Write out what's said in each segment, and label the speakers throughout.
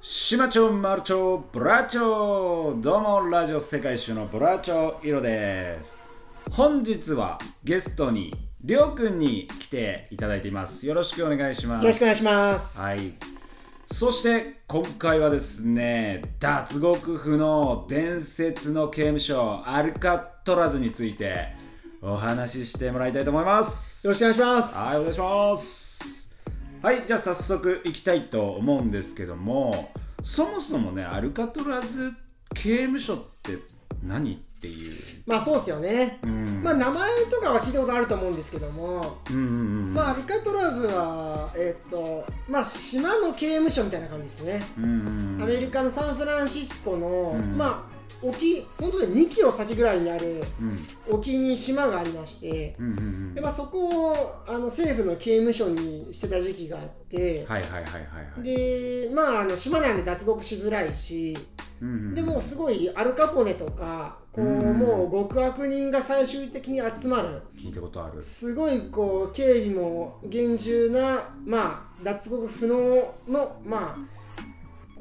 Speaker 1: 島町マルチョブラチョどうもラジオ世界一周のブラチョイロです本日はゲストにりょうくんに来ていただいていますよろしくお願いします
Speaker 2: よろしくお願いします。
Speaker 1: はい。そして今回はですね、脱獄不能伝説の刑務所アルカトラズについてお話ししてもらいたいと思います。
Speaker 2: よろしくお願いします。
Speaker 1: はい、お願いします。はい、じゃあ早速いきたいと思うんですけども、そもそもね、アルカトラズ刑務所って何っていう。
Speaker 2: まあそうですよね。まあ名前とかは聞いたことあると思うんですけども、
Speaker 1: うんうん
Speaker 2: まあアルカトラズは、えっと、まあ島の刑務所みたいな感じですね。
Speaker 1: うん。うん
Speaker 2: アメリカのサンフランシスコの、まあ沖、本当に2キロ先ぐらいにある
Speaker 1: うん
Speaker 2: 沖に島がありまして、
Speaker 1: うんうんうん
Speaker 2: でまあ、そこをあの政府の刑務所にしてた時期があって、
Speaker 1: はいはいはいはいはい。
Speaker 2: でまああの島なんで脱獄しづらいし、
Speaker 1: うんうん
Speaker 2: でもうすごいアルカポネとかこう、
Speaker 1: うん
Speaker 2: もう極悪人が最終的に集まる
Speaker 1: 聞いたことある。
Speaker 2: すごいこう警備も厳重な、まあ、脱獄不能の、まあ、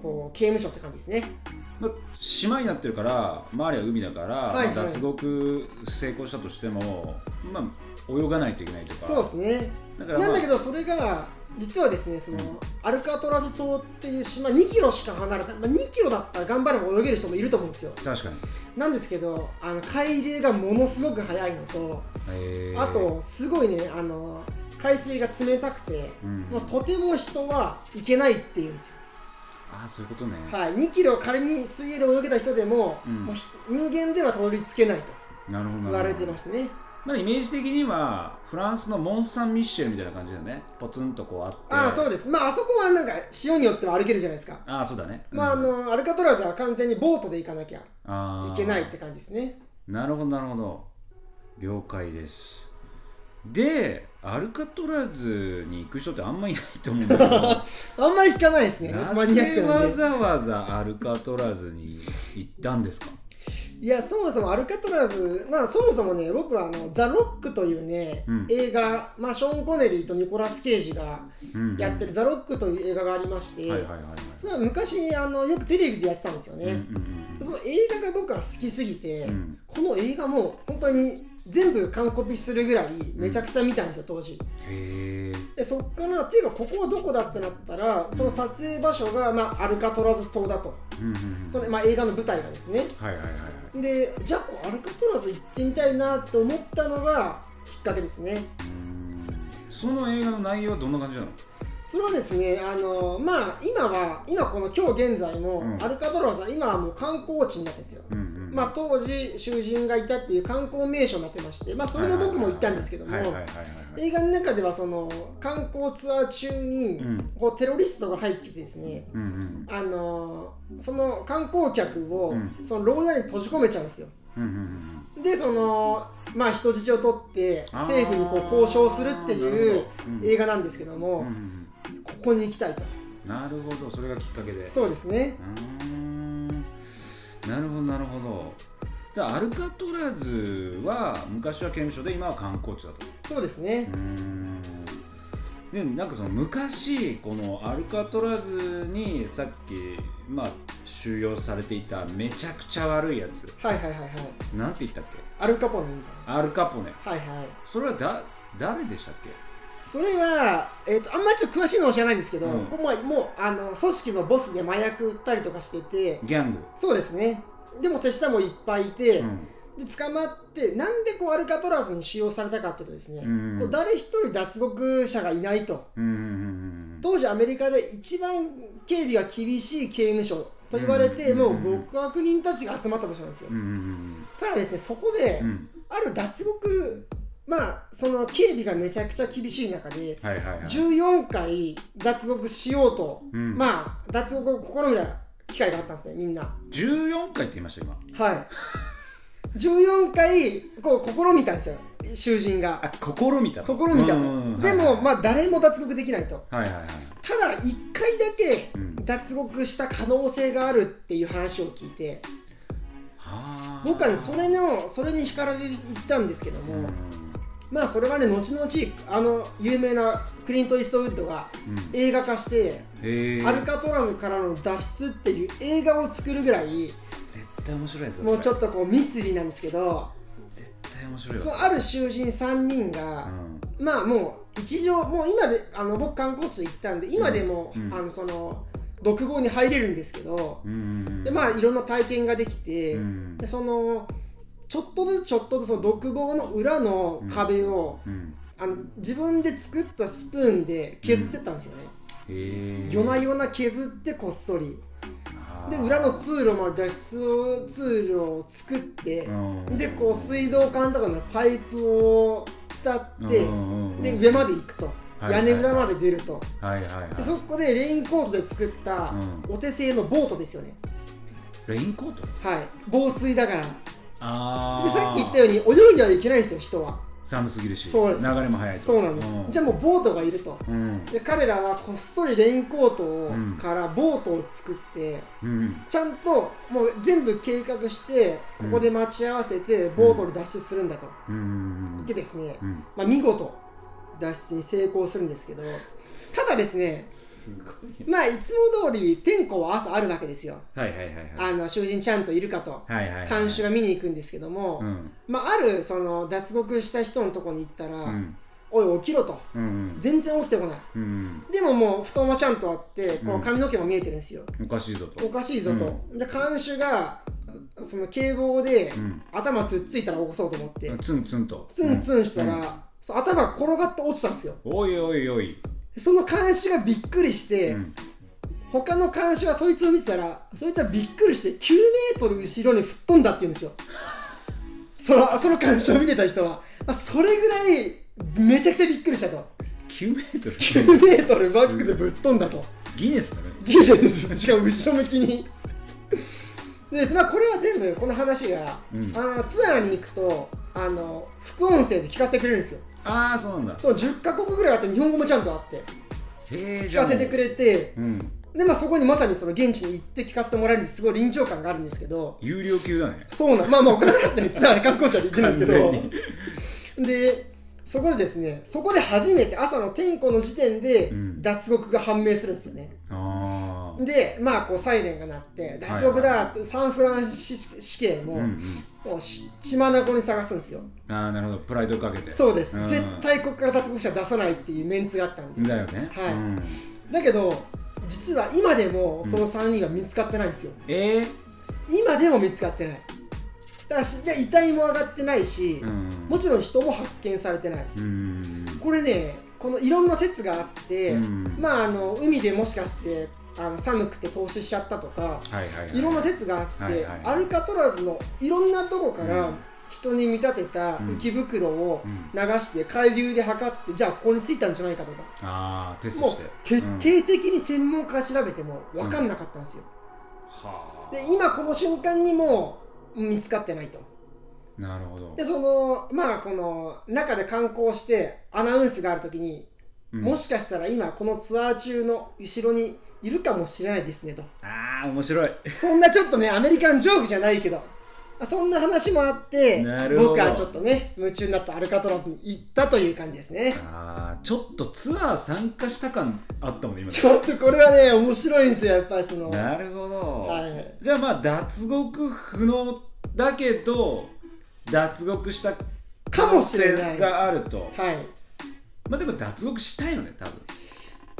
Speaker 2: こう刑務所って感じですね
Speaker 1: まあ島になってるから周りは海だから、
Speaker 2: いはい
Speaker 1: まあ脱獄成功したとしても、まあ、泳がないといけないとか
Speaker 2: そうですね
Speaker 1: だから、まあ、
Speaker 2: なんだけどそれが実はですねその、アルカトラズ島っていう島2キロしか離れた、まあ、2キロだったら頑張れば泳げる人もいると思うんですよ
Speaker 1: 確かに、
Speaker 2: なんですけどあの海流がものすごく速いのと
Speaker 1: えー
Speaker 2: あとすごいねあの海水が冷たくて、
Speaker 1: うん
Speaker 2: もうとても人は行けないっていうんですよ、
Speaker 1: ああそういうことね、
Speaker 2: はい、2キロ仮に水泳で泳げた人でも,、
Speaker 1: うん
Speaker 2: もうひ人間ではたどり着けないと
Speaker 1: なるほどな
Speaker 2: 言われ
Speaker 1: る
Speaker 2: て
Speaker 1: ほど
Speaker 2: ましたね
Speaker 1: まあ、イメージ的にはフランスのモン・サン・ミッシェルみたいな感じだよねポツンとこうあって
Speaker 2: ああそうですまああそこはなんか潮によっては歩けるじゃないですか、
Speaker 1: ああそうだね、
Speaker 2: まああ
Speaker 1: うん
Speaker 2: のアルカトラズは完全にボートで行かなきゃい
Speaker 1: あー
Speaker 2: けないって感じですね
Speaker 1: なるほどなるほど了解ですでアルカトラズに行く人ってあんまいないと思うんだけど
Speaker 2: あんまり聞かないですね
Speaker 1: な
Speaker 2: マニアッ
Speaker 1: ぜ
Speaker 2: クなん
Speaker 1: わ
Speaker 2: で
Speaker 1: ざわざアルカトラズに行ったんですか
Speaker 2: いやそもそもアルカトラズまあそもそもね僕はあの「ザ・ロック」というね、
Speaker 1: うん
Speaker 2: 映画、まあ、ショーン・コネリーとニコラス・ケイジがやってる「ザ・ロック」という映画がありまして、
Speaker 1: はいはいはいはい
Speaker 2: それは昔あのよくテレビでやってたんですよね、
Speaker 1: うんうんうん
Speaker 2: その映画が僕は好きすぎて、
Speaker 1: ん
Speaker 2: この映画も本当に全部完コピするぐらいめちゃくちゃ見たんですよ当時
Speaker 1: へえ
Speaker 2: でそっからっていうかここはどこだってなったらその撮影場所が、まあ、アルカトラズ島だと
Speaker 1: うんうんうん
Speaker 2: その、まあ、映画の舞台がですね
Speaker 1: はいはいはいはい
Speaker 2: でじゃあこうアルカトラズ行ってみたいなと思ったのがきっかけですね
Speaker 1: うーんその映画の内容はどんな感じなの
Speaker 2: それはですねあのまあ今は今この今日現在も、
Speaker 1: うん
Speaker 2: アルカトラズは今はもう観光地になってるんですよ、
Speaker 1: うんうん
Speaker 2: まあ、当時囚人がいたっていう観光名所になってまして、まあ、それで僕も行ったんですけども
Speaker 1: はいはいはいはいはい
Speaker 2: 映画の中ではその観光ツアー中に
Speaker 1: うん
Speaker 2: こうテロリストが入っててですね、
Speaker 1: うんうん
Speaker 2: あのーその観光客を
Speaker 1: うん
Speaker 2: その牢屋に閉じ込めちゃうんですよ
Speaker 1: うんうんうん
Speaker 2: でそのまあ人質を取って
Speaker 1: あー
Speaker 2: 政府にこう交渉するってい
Speaker 1: な
Speaker 2: う
Speaker 1: るほどうん
Speaker 2: 映画なんですけども、
Speaker 1: うんうんうん
Speaker 2: ここに行きたいと
Speaker 1: なるほどそれがきっかけで
Speaker 2: そうですね
Speaker 1: うーんなるほどなるほどでアルカトラズは昔は刑務所で今は観光地だと
Speaker 2: そうですね、
Speaker 1: うーんでなんかその昔このアルカトラズにさっきまあ収容されていためちゃくちゃ悪いやつ
Speaker 2: はいはいはいはい
Speaker 1: なんて言ったっけ
Speaker 2: アルカポネみたい
Speaker 1: アルカポネ
Speaker 2: なはいはい
Speaker 1: それはだ誰でしたっけ
Speaker 2: それは、えー、とあんまりちょっと詳しいのは知らないんですけど、
Speaker 1: うん
Speaker 2: ここももうあの組織のボスで麻薬売ったりとかしてて
Speaker 1: ギャング、
Speaker 2: そうですねでも手下もいっぱいいて、
Speaker 1: うん
Speaker 2: で捕まってなんでこうアルカトラズに使用されたかっていうとですね、
Speaker 1: うん
Speaker 2: こう誰一人脱獄者がいないと
Speaker 1: うんうんうん
Speaker 2: 当時アメリカで一番警備が厳しい刑務所と言われて、
Speaker 1: うん
Speaker 2: もう極悪人たちが集まった場所なんですよ、
Speaker 1: うんうんうん
Speaker 2: ただですねそこで、
Speaker 1: うんうん
Speaker 2: ある脱獄まあその警備がめちゃくちゃ厳しい中で、
Speaker 1: はいはいはい
Speaker 2: 14回脱獄しようと、
Speaker 1: うん
Speaker 2: まあ脱獄を試みた機会があったんですねみんなは
Speaker 1: 14回って言いました今
Speaker 2: い14回こう試みたんですよ囚人が
Speaker 1: あ試みた
Speaker 2: 試みたと、
Speaker 1: うんうんうん
Speaker 2: で
Speaker 1: は
Speaker 2: も、まあ誰も脱獄できないと
Speaker 1: いはいはい
Speaker 2: ただ1回だ
Speaker 1: うん
Speaker 2: け脱獄した可能性があるっていう話を聞いて
Speaker 1: はあ
Speaker 2: 僕はねそれのそれに惹かれていったんですけども、
Speaker 1: うん
Speaker 2: まあそれはね後々あの有名なクリント・イーストウッドが
Speaker 1: うん
Speaker 2: 映画化して、
Speaker 1: へえ
Speaker 2: アルカトラズからの脱出っていう映画を作るぐらい
Speaker 1: 絶対面白いやつだ
Speaker 2: もうちょ
Speaker 1: と
Speaker 2: っとこうミステリーなんですけど
Speaker 1: 絶対面白いわ
Speaker 2: そのある囚人3人が
Speaker 1: う、ん
Speaker 2: まあもう一条もう今であの僕観光地行ったんで今でも、
Speaker 1: うん
Speaker 2: あのその独房に入れるんですけど、
Speaker 1: うんうん
Speaker 2: でまあいろんな体験ができて、
Speaker 1: うん
Speaker 2: でそのちょっとずつちょっとずつその独房の裏の壁を、
Speaker 1: うん
Speaker 2: あの自分で作ったスプーンで削ってったんですよね、
Speaker 1: へえ
Speaker 2: 夜な夜な削ってこっそり
Speaker 1: あー
Speaker 2: で裏の通路まで脱出を通路を作って、
Speaker 1: うん
Speaker 2: でこう水道管とかのパイプを伝って、
Speaker 1: うんうんうん
Speaker 2: で上まで行くと、
Speaker 1: はい
Speaker 2: 屋根裏まで出ると、
Speaker 1: はいはいはい
Speaker 2: でそこでレインコートで作った
Speaker 1: うん
Speaker 2: お手製のボートですよね、
Speaker 1: レインコート
Speaker 2: はい防水だから
Speaker 1: ああ
Speaker 2: でさっき言ったように泳いではいけないんですよ人は
Speaker 1: 寒すぎるし
Speaker 2: そうです
Speaker 1: 流れも速いし
Speaker 2: そうなんです、じゃあもうボートがいると
Speaker 1: うん
Speaker 2: で彼らはこっそりレインコートを、
Speaker 1: うん
Speaker 2: からボートを作って
Speaker 1: うん
Speaker 2: ちゃんともう全部計画してここで待ち合わせてボートに脱出するんだと、
Speaker 1: うんうん
Speaker 2: でですね、
Speaker 1: うん
Speaker 2: まあ、見事脱出に成功するんですけどただですね
Speaker 1: すごい
Speaker 2: まあいつも通り天候は朝あるわけですよ
Speaker 1: はいはいはいはい
Speaker 2: あの囚人ちゃんといるかと
Speaker 1: はいはいはい
Speaker 2: 監修が見に行くんですけども、
Speaker 1: うん
Speaker 2: まあ、あるその脱獄した人のとこに行ったら「
Speaker 1: うん
Speaker 2: おい起きろ」と
Speaker 1: うん
Speaker 2: 全然起きてこない
Speaker 1: うんうん
Speaker 2: でももう布団はちゃんとあってこ
Speaker 1: う
Speaker 2: うん髪の毛も見えてるんですよ、
Speaker 1: おかしいぞ
Speaker 2: お
Speaker 1: と
Speaker 2: かしいぞと、で看守がその警棒で
Speaker 1: ん
Speaker 2: 頭つっついたら起こそうと思って、
Speaker 1: ツンツンと
Speaker 2: ツンツンしたら、そう頭が転がって落ちたんですよ
Speaker 1: おいおいおい
Speaker 2: その監視がびっくりして、
Speaker 1: ん
Speaker 2: 他の監視がそいつを見てたらそいつはびっくりして9メートル後ろに吹っ飛んだって言うんですよそのその監視を見てた人は、まあ、それぐらいめちゃくちゃびっくりしたと
Speaker 1: 9メートル
Speaker 2: 9メートルバックでぶっ飛んだと
Speaker 1: ギネスだね
Speaker 2: ギネスしかも後ろ向きにで、まあ、これは全部この話が、
Speaker 1: うん
Speaker 2: あのツアーに行くとあの副音声で聞かせてくれるんですよ
Speaker 1: ああそうなんだ
Speaker 2: その10カ国ぐらいあって日本語もちゃんとあって
Speaker 1: へえ
Speaker 2: 聞かせてくれて
Speaker 1: うん
Speaker 2: で、まあ、そこにまさにその現地に行って聞かせてもらえるんですごい臨場感があるんですけど
Speaker 1: 有料級だね
Speaker 2: そうなんまあまあお金払ってねツアーで観光地は行ってるんです
Speaker 1: 完全
Speaker 2: けどでそこでですねそこで初めて朝の天候の時点で
Speaker 1: ん
Speaker 2: 脱獄が判明するんですよね、
Speaker 1: ああ
Speaker 2: でまあこうサイレンが鳴って脱獄だってサンフランシスコ刑も,、
Speaker 1: うん
Speaker 2: もうし血眼に探すんですよ
Speaker 1: うんああなるほどプライドかけて
Speaker 2: そうです、
Speaker 1: ん
Speaker 2: 絶対ここから脱獄者出さないっていうメンツがあったんで、
Speaker 1: だよね
Speaker 2: はい
Speaker 1: うん
Speaker 2: だけど実は今でもその3人が見つかってないんですよ、
Speaker 1: ええ
Speaker 2: 今でも見つかってないだしで遺体も上がってないし、
Speaker 1: うん
Speaker 2: もちろん人も発見されてない
Speaker 1: うん
Speaker 2: これねこのいろんな説があって、
Speaker 1: うん
Speaker 2: まああの海でもしかしてあの寒くて凍死しちゃったとか
Speaker 1: はいはいはい
Speaker 2: いろんな説があって、
Speaker 1: はいはい
Speaker 2: アルカトラズのいろんなとこから
Speaker 1: うん
Speaker 2: 人に見立てた浮き袋を
Speaker 1: うん
Speaker 2: 流して海流で測ってじゃあここに着いたんじゃないかとか
Speaker 1: ああテスト
Speaker 2: もう
Speaker 1: して
Speaker 2: 徹
Speaker 1: う
Speaker 2: 底
Speaker 1: ん
Speaker 2: 的に専門家が調べても分かんなかったんですよ、
Speaker 1: はあ
Speaker 2: で今この瞬間にもう見つかってないと
Speaker 1: なるほど
Speaker 2: でそのまあこの中で観光してアナウンスがある時に、
Speaker 1: うん
Speaker 2: もしかしたら今このツアー中の後ろにいるかもしれないですねと
Speaker 1: ああ面白い
Speaker 2: そんなちょっとねアメリカンジョークじゃないけどあそんな話もあって
Speaker 1: なるほど
Speaker 2: 僕はちょっとね夢中になったアルカトラズに行ったという感じですね
Speaker 1: ああちょっとツアー参加した感あったもんね今
Speaker 2: ちょっとこれはね面白いんですよやっぱりその
Speaker 1: なるほど、
Speaker 2: はい
Speaker 1: じゃあまあ脱獄不能だけど脱獄した
Speaker 2: かもしれない
Speaker 1: 可能性があると
Speaker 2: はい
Speaker 1: まあでも脱獄したよね多分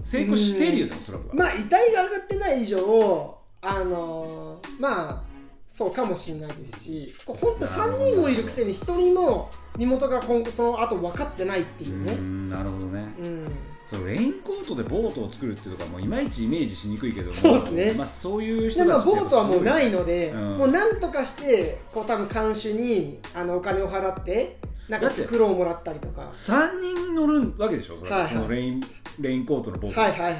Speaker 1: 成功してるよねおそらくは、
Speaker 2: まあ遺体が上がってない以上あのーまあそうかもしれないですしこうほんと3人もいるくせに1人も身元が今後その後分かってないっていううね
Speaker 1: んなるほどね、
Speaker 2: うん
Speaker 1: そのレインコートでボートを作るっていうとかもういまいちイメージしにくいけども
Speaker 2: そうっすね
Speaker 1: まあ、そういう人
Speaker 2: で
Speaker 1: たち
Speaker 2: まあボートはもうないいので、
Speaker 1: うん
Speaker 2: もうなんとかしてこう多分看守にあのお金を払ってなんか
Speaker 1: だって
Speaker 2: 袋をもらったりとかはい
Speaker 1: 3人乗るわけでしょそれ
Speaker 2: はいはい
Speaker 1: そのレインレインコートのボート、
Speaker 2: はいはい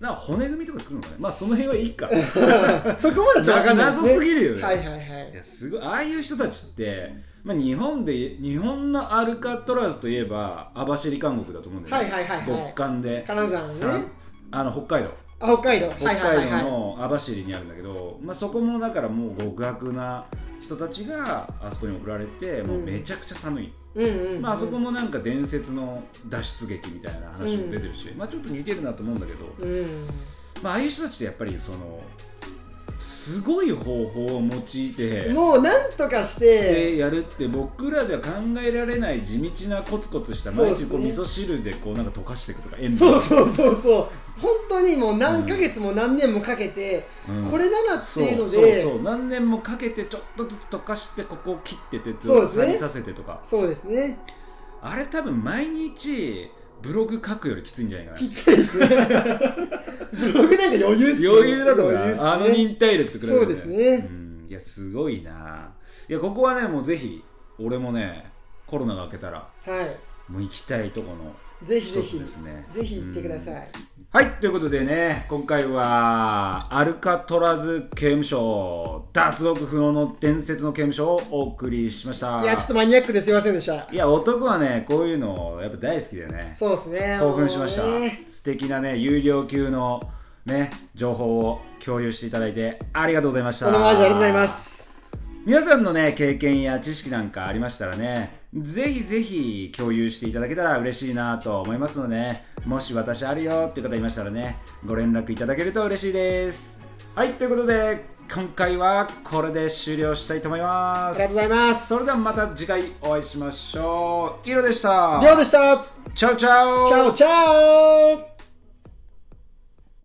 Speaker 1: なんか骨組みとか作るのかねまあその辺はいいか
Speaker 2: はい そこまでちょっと分かんないです、ね、
Speaker 1: な謎すぎるよね
Speaker 2: はいはいはい
Speaker 1: いやすごいああいう人たちって、まあ、日本で日本のアルカトラズといえば網走監獄だと思うんだよね、
Speaker 2: はいはいはいはい
Speaker 1: 極寒で
Speaker 2: 金沢のね
Speaker 1: さんあの北海道
Speaker 2: あ北海道
Speaker 1: 北
Speaker 2: はいはいは
Speaker 1: 海
Speaker 2: いは
Speaker 1: 道
Speaker 2: い
Speaker 1: の網走にあるんだけど、まあ、そこもだからもう極悪な人たちがあそこに送られてもうめちゃくちゃ寒い、
Speaker 2: うんうんうん
Speaker 1: まああそこもなんか伝説の脱出劇みたいな話も出てるし、まあちょっと似てるなと思うんだけど、
Speaker 2: うん
Speaker 1: まあああいう人たちってやっぱりそのすごい方法を用いて
Speaker 2: もうなんとかして、
Speaker 1: でやるって僕らでは考えられない地道なコツコツした
Speaker 2: そう
Speaker 1: 毎
Speaker 2: です
Speaker 1: 日
Speaker 2: ね
Speaker 1: こう味噌汁でこうなんか溶かしていくとか塩分
Speaker 2: そうそうそうそう本当にもう何ヶ月も何年もかけて、
Speaker 1: うん
Speaker 2: これならって
Speaker 1: そう
Speaker 2: いうの
Speaker 1: そう
Speaker 2: で
Speaker 1: そう何年もかけてちょっとずつ溶かしてここを切っててず
Speaker 2: そうで
Speaker 1: っ
Speaker 2: すね
Speaker 1: とさせてとか、
Speaker 2: そうですね
Speaker 1: あれ多分毎日ブログ書くよりきついんじゃないかな
Speaker 2: きついですね ブログなんか余裕っすね
Speaker 1: 余裕だと思うよ
Speaker 2: 余裕っすね
Speaker 1: あの忍耐力と比べて
Speaker 2: そうですね
Speaker 1: うんいやすごいないやここはねもうぜひ俺もねコロナが明けたら
Speaker 2: は
Speaker 1: もう行きたいとこの
Speaker 2: いぜひぜ
Speaker 1: 一つ
Speaker 2: ひ
Speaker 1: ですね
Speaker 2: ぜひ行ってくだ
Speaker 1: うん
Speaker 2: さい
Speaker 1: はいということでね今回はアルカトラズ刑務所脱獄不能の伝説の刑務所をお送りしました
Speaker 2: いやちょっとマニアックですいませんでした
Speaker 1: いや男はねこういうのやっぱ大好きだよね
Speaker 2: そうですね
Speaker 1: 興奮しました、
Speaker 2: もうね
Speaker 1: 素敵なね有料級のね情報を共有していただいてありがとうございました
Speaker 2: このままでありがとうございます
Speaker 1: 皆さんのね経験や知識なんかありましたらねぜひぜひ共有していただけたら嬉しいなと思いますので、ね、もし私あるよっていう方いましたらねご連絡いただけると嬉しいですはいということで今回はこれで終了したいと思います
Speaker 2: ありがとうございます
Speaker 1: それではまた次回お会いしましょうイロでした
Speaker 2: りょうでした
Speaker 1: チャオチャオ
Speaker 2: チャオチャオ